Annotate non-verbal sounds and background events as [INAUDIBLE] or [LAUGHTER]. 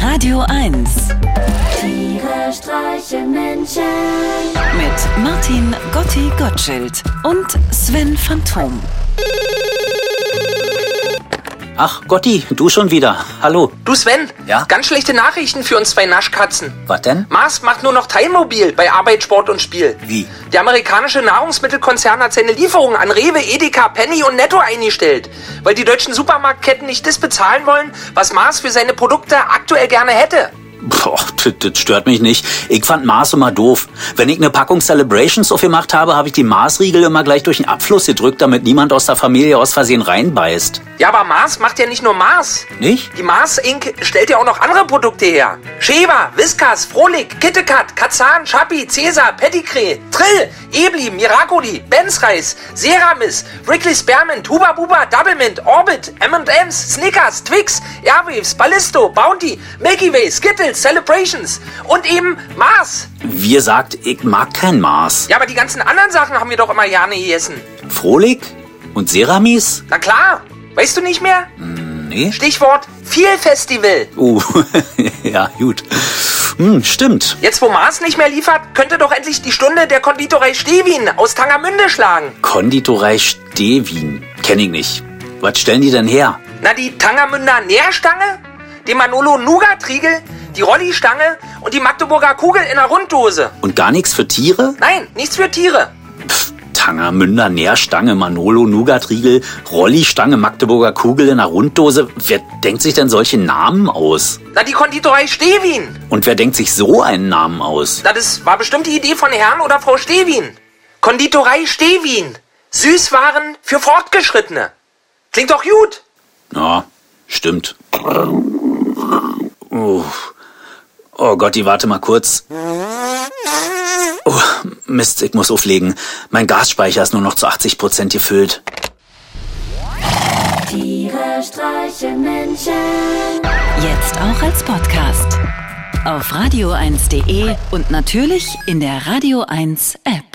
Radio 1 Tiere streichen Menschen. mit Martin Gotti Gottschild und Sven Phantom. Ach, Gotti, du schon wieder. Hallo. Du Sven, Ja? ganz schlechte Nachrichten für uns zwei Naschkatzen. Was denn? Mars macht nur noch Teilmobil bei Arbeit, Sport und Spiel. Wie? Der amerikanische Nahrungsmittelkonzern hat seine Lieferungen an Rewe, Edeka, Penny und Netto eingestellt, weil die deutschen Supermarktketten nicht das bezahlen wollen, was Mars für seine Produkte aktuell gerne hätte. Boah, das, das stört mich nicht. Ich fand Mars immer doof. Wenn ich eine Packung Celebrations aufgemacht habe, habe ich die Marsriegel immer gleich durch den Abfluss gedrückt, damit niemand aus der Familie aus Versehen reinbeißt. Ja, aber Mars macht ja nicht nur Mars. Nicht? Die Mars Inc. stellt ja auch noch andere Produkte her. Sheva, Whiskas, Frohlig, KitKat, Kazan, Chappi, Cäsar, Petitcré, Trill, Ebli, Miracoli, Benzreis, Ceramis, Wrigley Spearmint, Huba Buba, Double Mint, Orbit, M&M's, Snickers, Twix, Airwaves, Ballisto, Bounty, Milky Way, Skittles, Celebrations und eben Mars. Wie gesagt, ich mag kein Mars. Ja, aber die ganzen anderen Sachen haben wir doch immer gerne gegessen. Frohlich? Und Ceramis? Na klar, weißt du nicht mehr? Nee. Stichwort Vielfestival. Oh, [LAUGHS] ja, gut. Hm, stimmt. Jetzt, wo Mars nicht mehr liefert, könnte doch endlich die Stunde der Konditorei Stevin aus Tangermünde schlagen. Konditorei Stewin. Kenn ich nicht. Was stellen die denn her? Na, die Tangermünder Nährstange, den Manolo Nougat-Riegel, die Rolli-Stange und die Magdeburger Kugel in der Runddose. Und gar nichts für Tiere? Nein, nichts für Tiere. Tangermünder, Nährstange, Manolo, Nougatriegel, Rolli-Stange, Magdeburger Kugel in einer Runddose. Wer denkt sich denn solche Namen aus? Na, die Konditorei Stevin. Und wer denkt sich so einen Namen aus? Na, das war bestimmt die Idee von Herrn oder Frau Stevin. Konditorei Stevin. Süßwaren für Fortgeschrittene. Klingt doch gut. Ja, stimmt. Oh, oh Gott, die warte mal kurz. Oh, Mist, ich muss auflegen. Mein Gasspeicher ist nur noch zu 80 Prozent gefüllt. Tiere streichen Menschen. Jetzt auch als Podcast. Auf radio1.de und natürlich in der Radio 1 App.